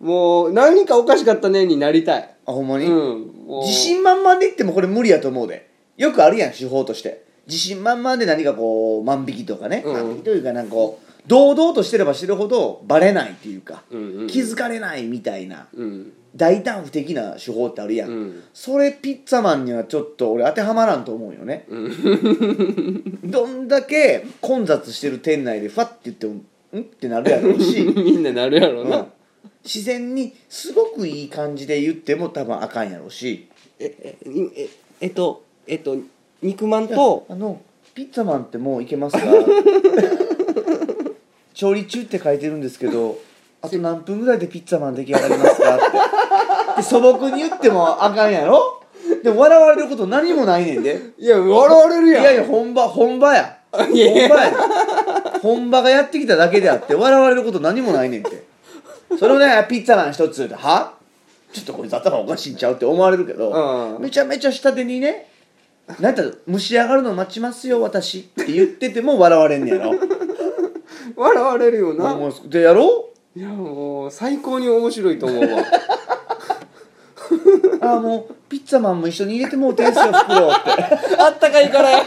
Speaker 2: もう何かおかしかったねになりたい
Speaker 1: あほんま
Speaker 2: う
Speaker 1: に、
Speaker 2: んもう
Speaker 1: 自信満々で言ってもこれ無理やと思うでよくあるやん手法として自信満々で何かこう万引きとかね、
Speaker 2: うん
Speaker 1: 万引きというかなんかこう堂々としてればしてるほどバレないっていうか、
Speaker 2: うんうん
Speaker 1: 気づかれないみたいな
Speaker 2: うん [laughs]
Speaker 1: 大胆不敵な手法ってあるやん、
Speaker 2: うん
Speaker 1: それピッツァマンにはちょっと俺当てはまらんと思うよね、どんだけ混雑してる店内でファッて言ってもんってなるやろうし、
Speaker 2: [laughs] みんななるやろな、
Speaker 1: うん自然にすごくいい感じで言っても多分あかんやろうし
Speaker 2: ええええっとえっと肉まんと
Speaker 1: あのピッツァマンってもういけますか調理中って書いてるんですけどあと何分ぐらいでピッツァマン出来上がりますかってで素朴に言ってもあかんやろでも笑われること何もないねんで
Speaker 2: いや笑われる
Speaker 1: い
Speaker 2: やん
Speaker 1: やいや本場本場や本場
Speaker 2: いやいや
Speaker 1: や本場がやってきただけであって笑われること何もないねんってそれをねピッツァマン一つではちょっとこいつ頭おかしいんちゃうって思われるけど、
Speaker 2: うん
Speaker 1: めちゃめちゃ下手にねなんか蒸し上がるの待ちますよ私って言ってても笑われんねやろ
Speaker 2: 笑われるよ [laughs] な
Speaker 1: もうでやろう
Speaker 2: いやもう最高に面白いと思うわ
Speaker 1: [laughs] ああもうピッツァマンも一緒に入れてもうてんすよ袋って
Speaker 2: [laughs] あったかいから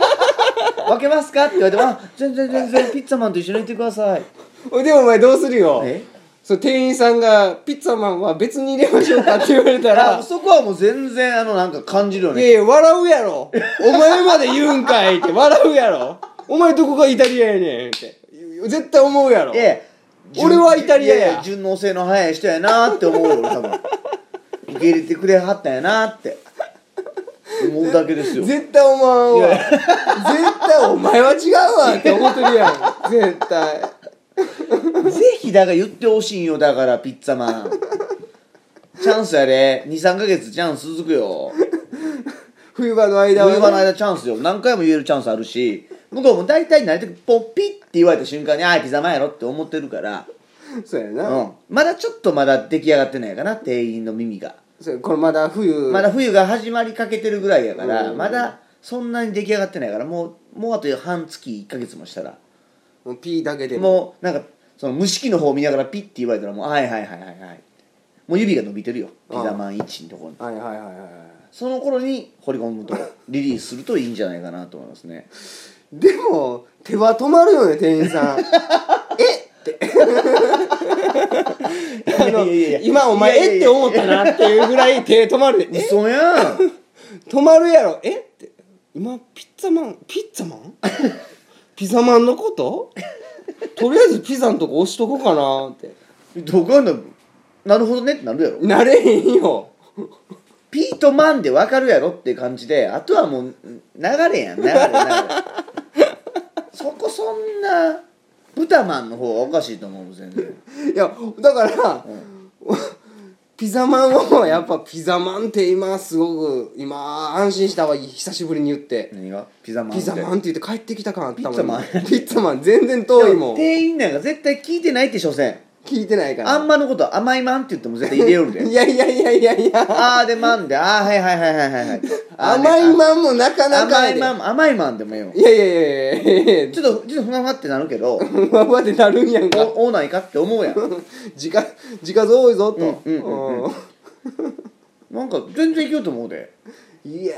Speaker 1: 分けますかって言われて「あ全然全然ピッツァマンと一緒に入れてください」
Speaker 2: おいでもお前どうするよ
Speaker 1: え
Speaker 2: そう店員さんが「ピッツァマンは別に入れましょうか」って言われた
Speaker 1: あ
Speaker 2: ら
Speaker 1: もうそこはもう全然あのなんか感じるよ
Speaker 2: い
Speaker 1: ね
Speaker 2: やいや、笑うやろ。お前まで言うんかいって、笑うやろ。お前どこがイタリアやねんって。絶対思うやろ。
Speaker 1: ええ
Speaker 2: 俺はイタリアや
Speaker 1: いい順応性の早い人やなって思うよ俺多分受け入れてくれはったんやなって思うだけですよ
Speaker 2: 絶対思わんわ。絶対お前は違うわって思ってるやん。絶対。
Speaker 1: ぜひだから言ってほしいんよだからピッツァマンチャンスやで23ヶ月チャンス続くよ
Speaker 2: 冬場の間はね、
Speaker 1: 冬場の間チャンスよ何回も言えるチャンスあるし向こうも大体慣れてくポッピッって言われた瞬間にああピザマンやろって思ってるから、
Speaker 2: そうや
Speaker 1: う
Speaker 2: な。
Speaker 1: ん、まだちょっとまだ出来上がってないかな店員の耳が
Speaker 2: そうやこれまだ冬。
Speaker 1: まだ冬が始まりかけてるぐらいやから、
Speaker 2: うん
Speaker 1: まだそんなに出来上がってないからもうもうあと半月1ヶ月もしたら
Speaker 2: もうピーだけでも。
Speaker 1: もうなんかその蒸し器の方見ながらピッて言われたらもう「はいはいはいはいはい」もう指が伸びてるよピザマン1のところに
Speaker 2: はいはいはいはい。
Speaker 1: その頃に掘り込むとリリースするといいんじゃないかなと思いますね
Speaker 2: でも、手は [laughs] 止まるよね、店員さん。えって。あのど
Speaker 1: いやいやいや
Speaker 2: 今お前
Speaker 1: いやいや
Speaker 2: えっ
Speaker 1: いや
Speaker 2: て思ったなっていうぐらい手止まるでえ
Speaker 1: 嘘やん
Speaker 2: 止まるやろえって今ピッツァマンピッツァマ
Speaker 1: [laughs]
Speaker 2: ンピザマンのこととりあえずピザのとこ押しとこうかなって
Speaker 1: どこのなるほどねってなるやろ
Speaker 2: なれへんよ
Speaker 1: ピートマンでわかるやろって感じであとはもう流れやん流れ流れそこそんな豚マンの方がおかしいと思う全然
Speaker 2: いやだから、ピザマンをやっぱピザマンって今すごく今安心したわ久しぶりに言って、
Speaker 1: 何がピザマン
Speaker 2: ピザマンって言って帰ってきた感あったも
Speaker 1: ピッ
Speaker 2: ん
Speaker 1: ツァマン
Speaker 2: ピッツァマン全然遠いもん
Speaker 1: 店員なんか絶対聞いてないって所詮
Speaker 2: 聞いてないから
Speaker 1: あんまのこと甘いマンって言っても絶対入れよる
Speaker 2: い [laughs]
Speaker 1: で
Speaker 2: やいやいやいやいや
Speaker 1: あーでマンであーはいはいはいはいはいはいあーで
Speaker 2: [laughs] 甘いマンもなかなか
Speaker 1: 甘
Speaker 2: や
Speaker 1: い
Speaker 2: で
Speaker 1: マン甘いマンでもええよ
Speaker 2: いやいやいやいやいや
Speaker 1: ちょっとちょっとふわふわってなるけどお
Speaker 2: ふわふわでなるんやんか
Speaker 1: オーナーいかって思うやん
Speaker 2: 時間時間多いぞと、
Speaker 1: うんうんうん
Speaker 2: うん
Speaker 1: なんか全然いけると思うで
Speaker 2: いや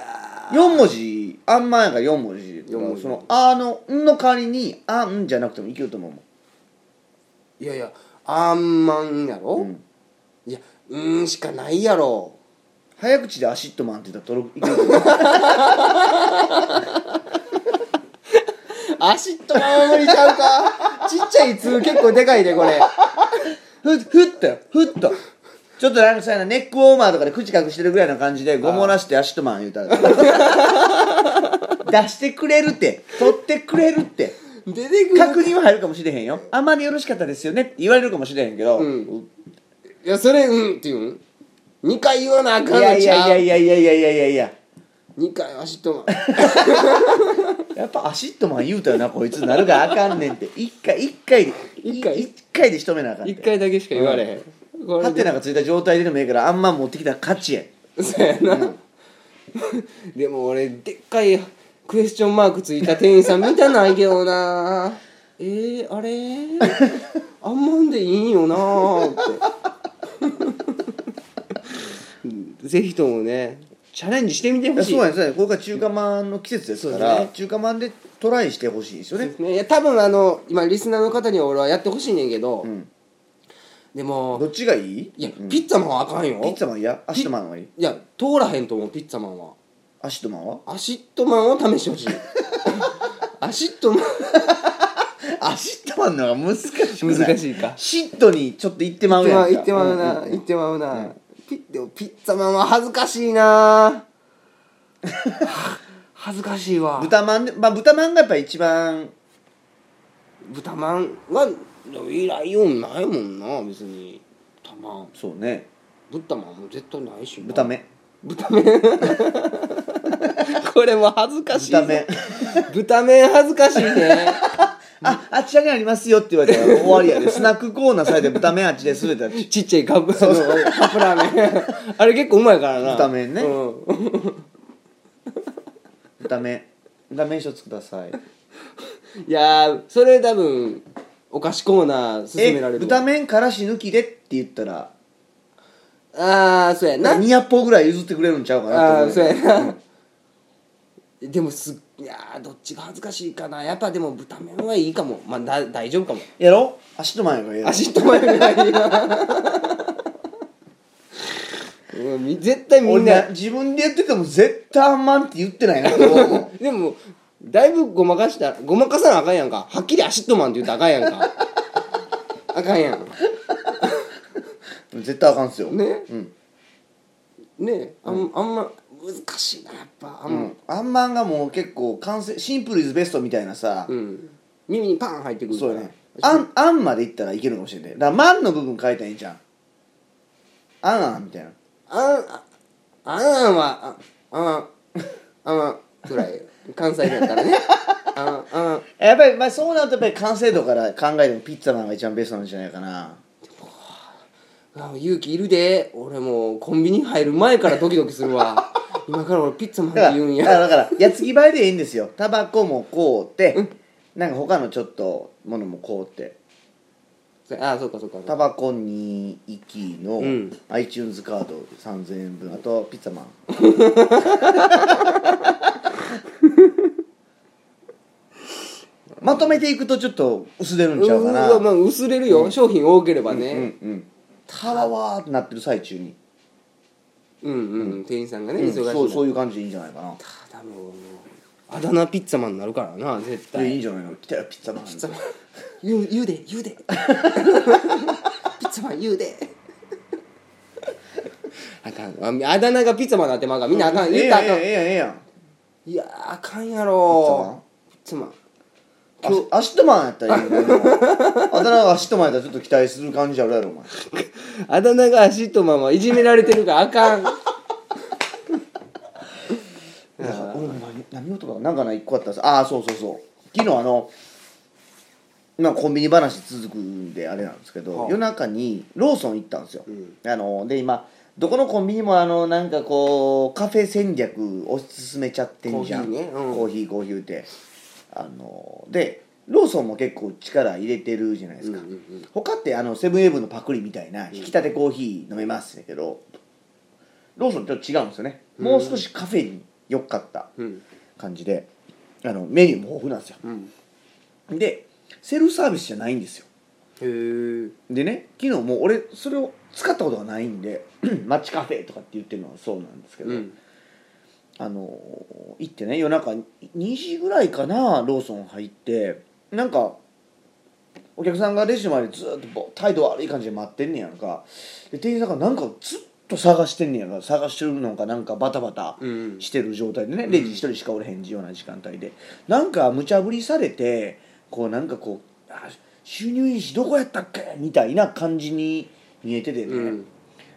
Speaker 1: 4文字あんまやから4文字
Speaker 2: 四文字
Speaker 1: その「あ」の「ん」の代わりに「あん」じゃなくてもいけると思うもん
Speaker 2: ーいやいやあんまんや
Speaker 1: う
Speaker 2: ろ、
Speaker 1: ん
Speaker 2: いやうーんしかないやろ
Speaker 1: 早口で「アシッとマン」って言ったらとろいけると思う [laughs]
Speaker 2: アシッとマン無理ちゃう [laughs] かちっちゃい「通結構でかいでこれ
Speaker 1: ふふっとよふっとちょっとなんかさネックウォーマーとかで口隠してるぐらいな感じでごもらして「アシッとマン」言うた
Speaker 2: [laughs]
Speaker 1: ら出してくれるって取ってくれるって
Speaker 2: 出てくる
Speaker 1: 確認は入るかもしれへんよあんまりよろしかったですよねって言われるかもしれへんけど、
Speaker 2: うんいやそれ「うん」って言うん2回言わなあ
Speaker 1: い
Speaker 2: かんのちゃ
Speaker 1: や
Speaker 2: う
Speaker 1: いやいやいやいやいやいやいや
Speaker 2: 2回アシッとマン
Speaker 1: やっぱアシッとマン言うたよなこいつなるがあかんねんって一回一回で
Speaker 2: 一回
Speaker 1: い一回で仕留めなあかん
Speaker 2: 1回だけしか言われへん、こ
Speaker 1: ハ
Speaker 2: れ
Speaker 1: テ
Speaker 2: で
Speaker 1: ナがついた状態ででもええからあんま持ってきたら勝ちや
Speaker 2: そうやな、 [laughs] でも俺でっかいクエスチョンマークついた店員さん見たないけどなえー、あれあんまんでいいんよなって [laughs] ぜひともねチャレンジしてみて
Speaker 1: い
Speaker 2: ほ
Speaker 1: や
Speaker 2: しい
Speaker 1: そうやねそうやねこれから中華まんの季節ですから
Speaker 2: そうですね
Speaker 1: 中華まんでトライしてほしいですよね
Speaker 2: ねいや多分あの今リスナーの方には俺はやってほしいねんけど、
Speaker 1: ん
Speaker 2: で
Speaker 1: ど
Speaker 2: も
Speaker 1: っちがいい
Speaker 2: いや
Speaker 1: うんピ
Speaker 2: ピッツァマンはあかんよ
Speaker 1: ッツァマンいやアシッとマンはいい
Speaker 2: いや通らへんと思うピッツァマンは
Speaker 1: アシッとマンは
Speaker 2: アシットマンを試して
Speaker 1: [laughs]
Speaker 2: ほしいアシットマン
Speaker 1: アシッとマンの方が難しくない
Speaker 2: 難しいか
Speaker 1: シットにちょっと行ってまうやんか
Speaker 2: 行ってまうな、
Speaker 1: んんん
Speaker 2: 行ってまうな、ピッでもピッツァマンは恥ずかしいな [laughs] は恥ずかしいわ
Speaker 1: 豚まんでまあ豚まんがやっぱ一番
Speaker 2: 豚まんはでも依頼ようないもんな別に豚まん
Speaker 1: そうね
Speaker 2: 豚まんも絶対ないしな
Speaker 1: 豚目
Speaker 2: 豚麺 [laughs] これも恥ずかしいぞ
Speaker 1: 豚麺
Speaker 2: 豚麺恥ずかしいね
Speaker 1: あ、あちらにありますよって言われたら終わりやで。スナックコーナーされて豚麺あっちですべてあっち。
Speaker 2: ちっちゃいカップあのカップラーメンあれ結構うまいからな
Speaker 1: 豚麺ね
Speaker 2: うん
Speaker 1: 豚麺。豚麺一つください。
Speaker 2: いやーそれ多分お菓子コーナー進
Speaker 1: え
Speaker 2: められ、る
Speaker 1: 豚麺からし抜きでって言ったら、
Speaker 2: ああそうやな
Speaker 1: 200歩ぐらい譲ってくれるんちゃうかな
Speaker 2: あ
Speaker 1: っ
Speaker 2: あ
Speaker 1: て
Speaker 2: そう
Speaker 1: 思う。
Speaker 2: やなでもすいやーどっちが恥ずかしいかなやっぱでも豚麺はいいかもまあだ大丈夫かも
Speaker 1: やろ足と前やからやろ
Speaker 2: 足と前ぐらいな [laughs] うんみ絶対み
Speaker 1: 俺
Speaker 2: んな
Speaker 1: ね、自分で言ってても絶対あんまんって言ってないなと思
Speaker 2: [laughs]
Speaker 1: う。
Speaker 2: でもだいぶごまかしたごまかさなあかんやんかはっきり「アシットマン」って言ったらあかんやん [laughs] かあかんやん
Speaker 1: 絶対あかんっすよ。
Speaker 2: ね
Speaker 1: うん。
Speaker 2: ねえあん,、あんま難しいなやっぱあ
Speaker 1: うんん、
Speaker 2: ま、
Speaker 1: あんまんがもう結構完成シンプルイズベストみたいなさ、
Speaker 2: うん、耳にパン入ってくる
Speaker 1: そうやねあんあんまでいったらいけるかもしれないだから「まん」の部分変えたらいいんじゃん「あんあん」みたいな
Speaker 2: あんああんはああんあんぐらい関西弁やったらねあんあん
Speaker 1: やっぱり、まあ、そうなるとやっぱり完成度から考えてもピッツァマンが一番ベストなんじゃないかな
Speaker 2: あ勇気いるで俺もうコンビニ入る前からドキドキするわ今から俺ピッツァマンっ
Speaker 1: だから
Speaker 2: て言うん
Speaker 1: だから
Speaker 2: や
Speaker 1: だからやつぎばいでいいんですよタバコもこうて、なんか他のちょっとものもこうて
Speaker 2: あそうかそうかそう
Speaker 1: タ
Speaker 2: か
Speaker 1: バコ2きの、
Speaker 2: うん
Speaker 1: iTunes カード3000円分あとピッツ
Speaker 2: [laughs]
Speaker 1: ァマンまとめていくとちょっと薄れるんちゃうかな
Speaker 2: うわまあ薄れるよ、商品多ければね、
Speaker 1: うんうんたわわーってなってる最中に、
Speaker 2: うんうん、うん、店員さんがね
Speaker 1: う
Speaker 2: 忙
Speaker 1: ん
Speaker 2: しいんだ
Speaker 1: そうそういう感じでいいんじゃないかな
Speaker 2: ただもうあだ名ピッツァマンになるからな絶
Speaker 1: いやいい
Speaker 2: 対
Speaker 1: んじゃないの来たよピッツァマンピッツァマン
Speaker 2: 言う言うで言 [laughs] うでピッツァマン言うであかんああだ名がピッツァマンなってまうからみんなあかん
Speaker 1: ええ
Speaker 2: 言うた
Speaker 1: やんえ
Speaker 2: らあかん、
Speaker 1: えやんええやん
Speaker 2: いやーあかんやろピッツァマン
Speaker 1: あアシットマンやったらいいけ
Speaker 2: [laughs]
Speaker 1: どあだ名がアシットマンやったらちょっと期待する感じあるやろお前
Speaker 2: あだ名がアシットマンはいじめられてるからあか [laughs] ん
Speaker 1: なんか俺も何何をとかなんかな一個あったんですああそうそうそう昨日あの今コンビニ話続くんであれなんですけど、
Speaker 2: はあ
Speaker 1: 夜中にローソン行ったんですよ、
Speaker 2: ん
Speaker 1: あので今どこのコンビニもあのなんかこうカフェ戦略おすすめちゃってんじゃん
Speaker 2: コーヒーねうん
Speaker 1: コーヒーコーヒーってあのでローソンも結構力入れてるじゃないですか、
Speaker 2: うんうんうん
Speaker 1: 他ってあのセブンイレブンのパクリみたいな引き立てコーヒー飲めますけど、ローソンちょっと違うんですよねもう少しカフェに良かった
Speaker 2: うん
Speaker 1: 感じであのメニューも豊富なんですよ
Speaker 2: うん
Speaker 1: でセルフサービスじゃないんですよ
Speaker 2: へえ
Speaker 1: でね昨日もう俺それを使ったことがないんで [clears throat] マッチカフェとかって言ってるのはそうなんですけど、
Speaker 2: うん
Speaker 1: あの行ってね夜中2時ぐらいかなローソン入ってなんかお客さんがレジの前でずっとぼ態度悪い感じで待ってんねやんかで店員さんがなんかずっと探してんねやんか探してるのかなんかバタバタ
Speaker 2: うん
Speaker 1: してる状態でね、レジ一人しかおれへんような時間帯でなんか無茶ぶりされてこうなんかこうあ収入印どこやったっけみたいな感じに見えててね、
Speaker 2: うん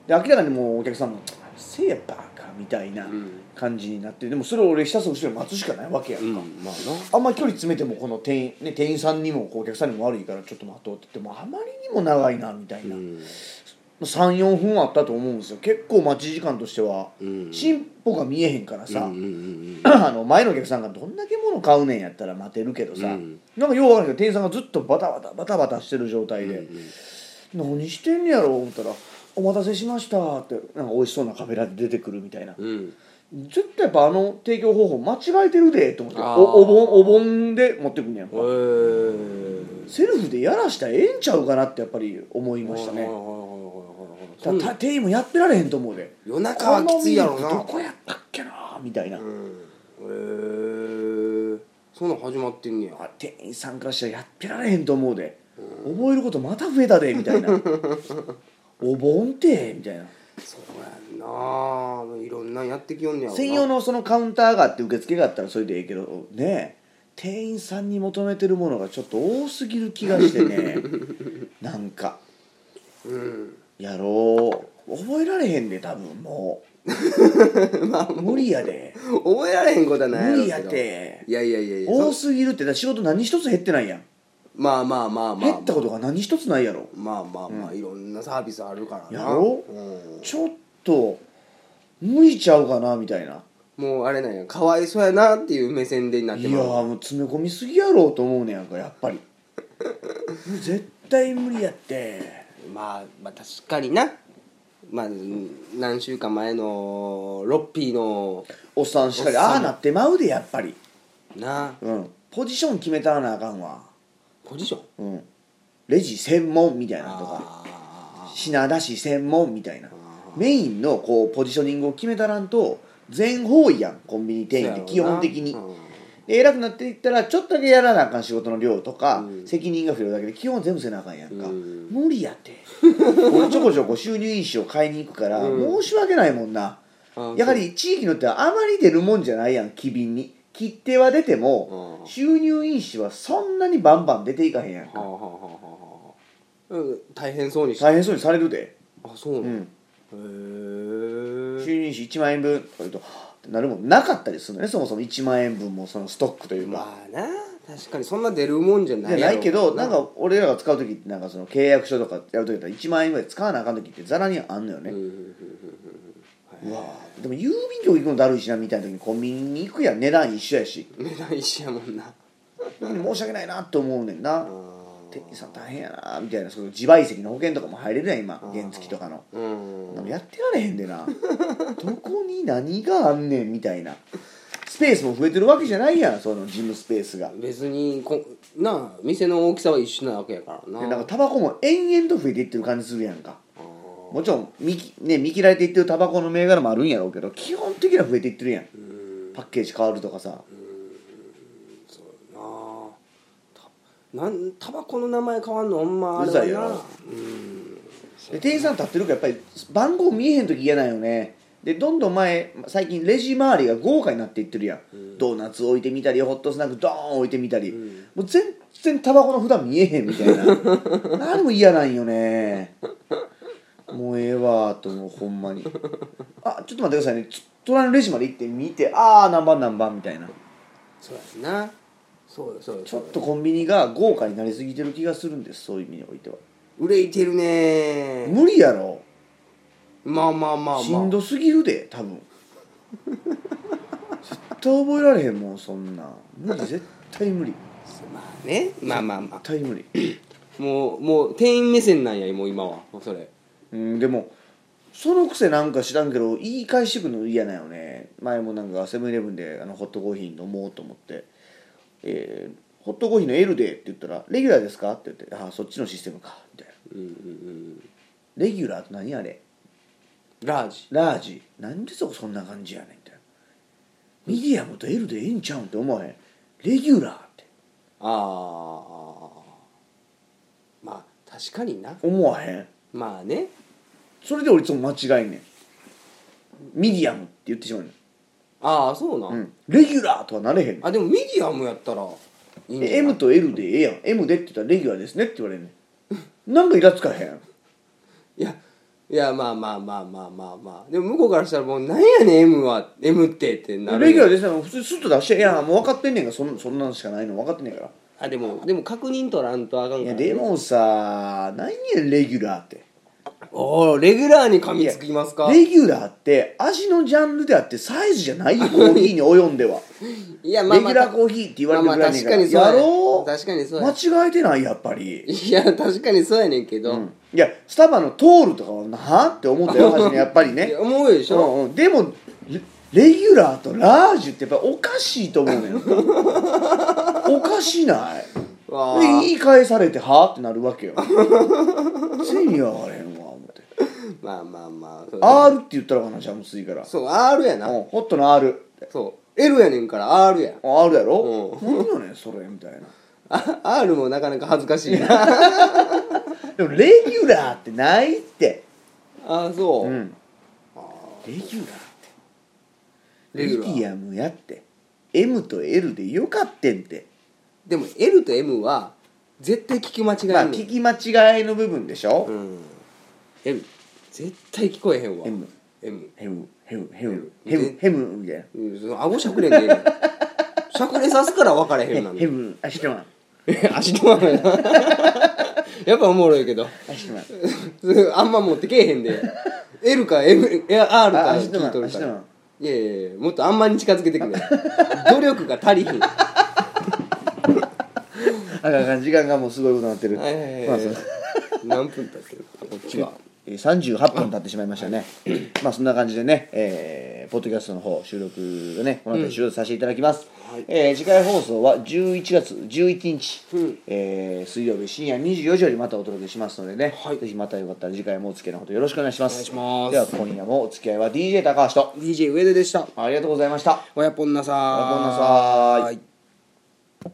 Speaker 1: で明らかにもうお客さんも「せいやバカ」みたいな
Speaker 2: うん
Speaker 1: 感じになってでもそれを俺ひたすら後ろに待つしかないわけやん
Speaker 2: う
Speaker 1: か、
Speaker 2: んまあな
Speaker 1: あんまり距離詰めてもこの店員,、ね、店員さんにもこうお客さんにも悪いからちょっと待とうって言ってもあまりにも長いなみたいな、
Speaker 2: うん
Speaker 1: 34分あったと思うんですよ結構待ち時間としては、
Speaker 2: うん
Speaker 1: 進歩が見えへんからさ、
Speaker 2: うんうんうん
Speaker 1: [clears throat] あの前のお客さんがどんだけ物買うねんやったら待てるけどさ、
Speaker 2: うん
Speaker 1: なんかようわからんけど店員さんがずっとバタバタバタバタしてる状態で、何してんねやろ思ったら「お待たせしました」ってなんか美味しそうなカフェラテ出てくるみたいな、
Speaker 2: うんうん
Speaker 1: 絶対やっぱあの提供方法間違えてるでと思って
Speaker 2: あー
Speaker 1: おお盆お盆で持ってくんねやんか、
Speaker 2: へえ
Speaker 1: セルフでやらしたらええんちゃうかなってやっぱり思いましたね、だからた店員もやってられへんと思うで
Speaker 2: 夜中はきついやろな
Speaker 1: このミルクどこやったっけなみたいな、
Speaker 2: うんへえそんなん始まってんねや
Speaker 1: あ店員さんからしたらやってられへんと思うで、覚えることまた増えたでみたいな
Speaker 2: [laughs]
Speaker 1: お盆ってみたいな
Speaker 2: そうやんないろんなんやってきよんねやろな
Speaker 1: 専用のそのカウンターがあって受付があったらそれでええけどね店員さんに求めてるものがちょっと多すぎる気がして
Speaker 2: [laughs]
Speaker 1: ねなんか
Speaker 2: うん
Speaker 1: やろう覚えられへんで多分も
Speaker 2: [laughs]
Speaker 1: う無理やで
Speaker 2: 覚えられへんことはない
Speaker 1: 無理
Speaker 2: や
Speaker 1: や
Speaker 2: ろうけど
Speaker 1: て
Speaker 2: いやいやいやいや
Speaker 1: 多
Speaker 2: そ
Speaker 1: すぎるってだから仕事何一つ減ってないやん
Speaker 2: まあまあまあまあ
Speaker 1: 減ったことが何一つないやろ
Speaker 2: まあまあまあいろんなサービスあるからな
Speaker 1: やろ
Speaker 2: うん
Speaker 1: ちょっと向いちゃうかなみたいな
Speaker 2: もうあれなんやかわいそうやなっていう目線でになっ
Speaker 1: い
Speaker 2: て
Speaker 1: やー
Speaker 2: ま
Speaker 1: もう詰め込みすぎやろうと思うねやんかやっぱり絶対無理やって
Speaker 2: うまあまあ確かになまあうん何週間前のロッピーの
Speaker 1: おっさんしかり
Speaker 2: おっさん
Speaker 1: ああなってまうでやっぱり
Speaker 2: な
Speaker 1: うんポジション決めたらなあかんわ
Speaker 2: ポジション
Speaker 1: うんレジ専門みたいなのとか
Speaker 2: あ
Speaker 1: 品出し専門みたいなメインのこうポジショニングを決めたらんと全方位やんコンビニ
Speaker 2: ー
Speaker 1: 店員って基本的に
Speaker 2: そうやろうな
Speaker 1: で偉くなっていったらちょっとだけやらなあかん仕事の量とか、
Speaker 2: うん
Speaker 1: 責任が増えるだけで基本全部せなあかんやんか、
Speaker 2: うん
Speaker 1: 無理やって [laughs] 俺ちょこちょこ収入印紙を買いに行くから、
Speaker 2: うん
Speaker 1: 申し訳ないもんな
Speaker 2: うん
Speaker 1: やはり地域によってはあまり出るもんじゃないやん機敏に切手は出ても、
Speaker 2: うん
Speaker 1: 収入印紙はそんなにバンバン出ていかへんやん
Speaker 2: はあ
Speaker 1: か、
Speaker 2: はあはあはあうん大変そうにして
Speaker 1: 大変そうにされるで、
Speaker 2: あそう
Speaker 1: う
Speaker 2: なんんへえ
Speaker 1: 収入印紙1万円分とか言うとはあってなるもんなかったりするのねそもそも1万円分もそのストックというか、
Speaker 2: まあな確かにそんな出るもんじゃない
Speaker 1: じゃ
Speaker 2: や
Speaker 1: な
Speaker 2: ろ
Speaker 1: いけどなんか俺らが使う時ってなんかその契約書とかやる時だったら1万円ぐらい使わなあかん時ってざらにあんのよね、
Speaker 2: う
Speaker 1: うん
Speaker 2: うんうん
Speaker 1: わぁでも郵便局行くのだるいしなみたいな時にコンビニに行くやん値段一緒やし
Speaker 2: うん値段一緒やもんな
Speaker 1: 申し訳ないなって思うねんな
Speaker 2: あ
Speaker 1: 店員さん大変やなみたいなその自賠責の保険とかも入れるやん今
Speaker 2: ー
Speaker 1: 原付とかの
Speaker 2: ーうん
Speaker 1: でもやってられへんでなどこに何があんねんみたいなスペースも増えてるわけじゃないやんその事務スペースが
Speaker 2: 別にこなあ店の大きさは一緒なわけやからな
Speaker 1: でなんかタバコも延々と増えていってる感じするやんか
Speaker 2: あー
Speaker 1: もちろん見,、ね、見切られていってるタバコの銘柄もあるんやろうけど基本的には増えていってるやん
Speaker 2: うん
Speaker 1: パッケージ変わるとかさ
Speaker 2: そうやなたなんタバコの名前変わんのほんまあれ
Speaker 1: うざい
Speaker 2: は
Speaker 1: よ
Speaker 2: な
Speaker 1: な
Speaker 2: うん
Speaker 1: で店員さん立ってるからやっぱり番号見えへん時嫌なんよねでどんどん前最近レジ周りが豪華になっていってるやん、ドーナツ置いてみたりホットスナックドーン置いてみたり、もう全然タバコの札見えへんみたいな [laughs] 何も嫌なんよねもうええわと思うほんまにあちょっと待ってくださいねつ隣のレジまで行って見てああ何番何番みたいな
Speaker 2: そうやなそうよそうよ
Speaker 1: ちょ
Speaker 2: そう
Speaker 1: っ
Speaker 2: よ
Speaker 1: とコンビニが豪華になりすぎてる気がするんですそういう意味においては
Speaker 2: 憂いてるね
Speaker 1: 無理やろ
Speaker 2: まあまあまあまあ
Speaker 1: しんどすぎるで多分絶対覚えられへんもんそんなん無理絶対無理
Speaker 2: まあねまあまあま
Speaker 1: 絶対無理、
Speaker 2: あもうもう店員目線なんやもう今はもうそれ
Speaker 1: うん、でもそのくせなんか知らんけど言い返してくるの嫌なよね前もなんかセブンイレブンであのホットコーヒー飲もうと思って「えーホットコーヒーの L で」って言ったら「レギュラーですか?」って言って「ああそっちのシステムか」みたいな
Speaker 2: うんうんうん
Speaker 1: 「レギュラーって何あれ
Speaker 2: ラージ
Speaker 1: ラージなんでそこそんな感じやねん」みたいな「ミディアムと L でええんちゃうん?」って思わへん「レギュラー」って
Speaker 2: ああまあ確かにな
Speaker 1: 思わへん
Speaker 2: まあね
Speaker 1: それで俺いつも間違いねんミディアムって言ってしまうねん、
Speaker 2: ああそうな、
Speaker 1: うん、レギュラーとはなれへんねん
Speaker 2: あでもミディアムやったらいいんじゃな
Speaker 1: え
Speaker 2: い
Speaker 1: M と L でええやん M でって言ったらレギュラーですねって言われんねんなんかイラつかへん
Speaker 2: いやいやまあまあまあまあまあまあでも向こうからしたらもうなんやねん M は M ってってなる
Speaker 1: レギュラーですね普通にスッと出していやもう分かってんねんからそんそんなんしかないの分かってんねんから
Speaker 2: あでもでも確認取らんとあかん
Speaker 1: い
Speaker 2: か
Speaker 1: や
Speaker 2: ら、
Speaker 1: でもさ何やレギュラーって
Speaker 2: おおレギュラーに噛みつきますか
Speaker 1: レギュラーって味のジャンルであってサイズじゃ
Speaker 2: [laughs]
Speaker 1: ないよコーヒーに及んでは
Speaker 2: いやまあまあ
Speaker 1: レギュラーコーヒーって言われてるぐらいねんから
Speaker 2: まあまあ確かにそうやね
Speaker 1: やろう
Speaker 2: 確かにそうや
Speaker 1: 間違えてないやっぱり
Speaker 2: いや確かにそうやねんけど、
Speaker 1: うんいやスタバの通るとかはなあって思
Speaker 2: [laughs]
Speaker 1: ったよ初めやっぱり
Speaker 2: い
Speaker 1: ね
Speaker 2: や思うでし
Speaker 1: う
Speaker 2: ょ、
Speaker 1: んうんでもレレギュラーとラージュってやっぱおかしいと思うの
Speaker 2: [laughs]
Speaker 1: よおかしない
Speaker 2: わあ
Speaker 1: で言い返されてはあってなるわけよついに分からへんわ思って
Speaker 2: まあまあまあそう
Speaker 1: R って言ったらかなジャムスイからうん
Speaker 2: そう R やな、
Speaker 1: ホットの R って
Speaker 2: そう L やねんから R や [laughs]
Speaker 1: あ R やろ
Speaker 2: う
Speaker 1: 何よねんそれみたいな
Speaker 2: あ R もなかなか恥ずかしい
Speaker 1: [laughs]
Speaker 2: な
Speaker 1: でもレギュラーってないって
Speaker 2: あそう、
Speaker 1: うんレギュラーって
Speaker 2: レ
Speaker 1: レ
Speaker 2: ギ
Speaker 1: ギ
Speaker 2: ュラー
Speaker 1: ディアムやって M と L でよかってんって
Speaker 2: でも L と M は絶対聞き間違えん
Speaker 1: まあ
Speaker 2: ねん
Speaker 1: 聞き間違いの部分でしょ、
Speaker 2: うん、M 絶対聞こえへんわ
Speaker 1: M
Speaker 2: M
Speaker 1: ヘムヘムヘムヘムヘムみたいな
Speaker 2: うんその顎しゃくれ
Speaker 1: [laughs]
Speaker 2: んでええねんしゃくれさすから分からへんようになん
Speaker 1: ヘムアシトマン
Speaker 2: で [laughs] 足のまやなやっぱおもろいけど
Speaker 1: アシトマン
Speaker 2: それ [laughs] あんま持ってけえへんで L か M いや R
Speaker 1: あ
Speaker 2: か
Speaker 1: ア
Speaker 2: 聞
Speaker 1: シ
Speaker 2: い
Speaker 1: トマ
Speaker 2: と
Speaker 1: ン
Speaker 2: る
Speaker 1: アシ
Speaker 2: か
Speaker 1: トマ
Speaker 2: ら
Speaker 1: ン
Speaker 2: いやいやいやもっとあんまに近づけてくれ努力が足りひんは
Speaker 1: あかんあかん時間がもうすごいことになってる
Speaker 2: いはいはい
Speaker 1: まあ
Speaker 2: はい
Speaker 1: その
Speaker 2: 何分経ってるこっち [laughs] は
Speaker 1: えー38分経ってしまいましたねまあそんな感じでね、えーポッドキャストの方収録をねこの辺り終了させていただきます、
Speaker 2: はい
Speaker 1: えー次回放送は11月11日、
Speaker 2: うん
Speaker 1: えー水曜日深夜24時よりまたお届けしますのでね、
Speaker 2: はい
Speaker 1: ぜひまたよかったら次回もお付き合いのほどよろしくお願いします
Speaker 2: お願いします
Speaker 1: では今夜もお付き合いは DJ 高橋
Speaker 2: DJ 上田でした
Speaker 1: とありがとうございました
Speaker 2: おやぽんなさー
Speaker 1: おやぽんなさーい
Speaker 2: い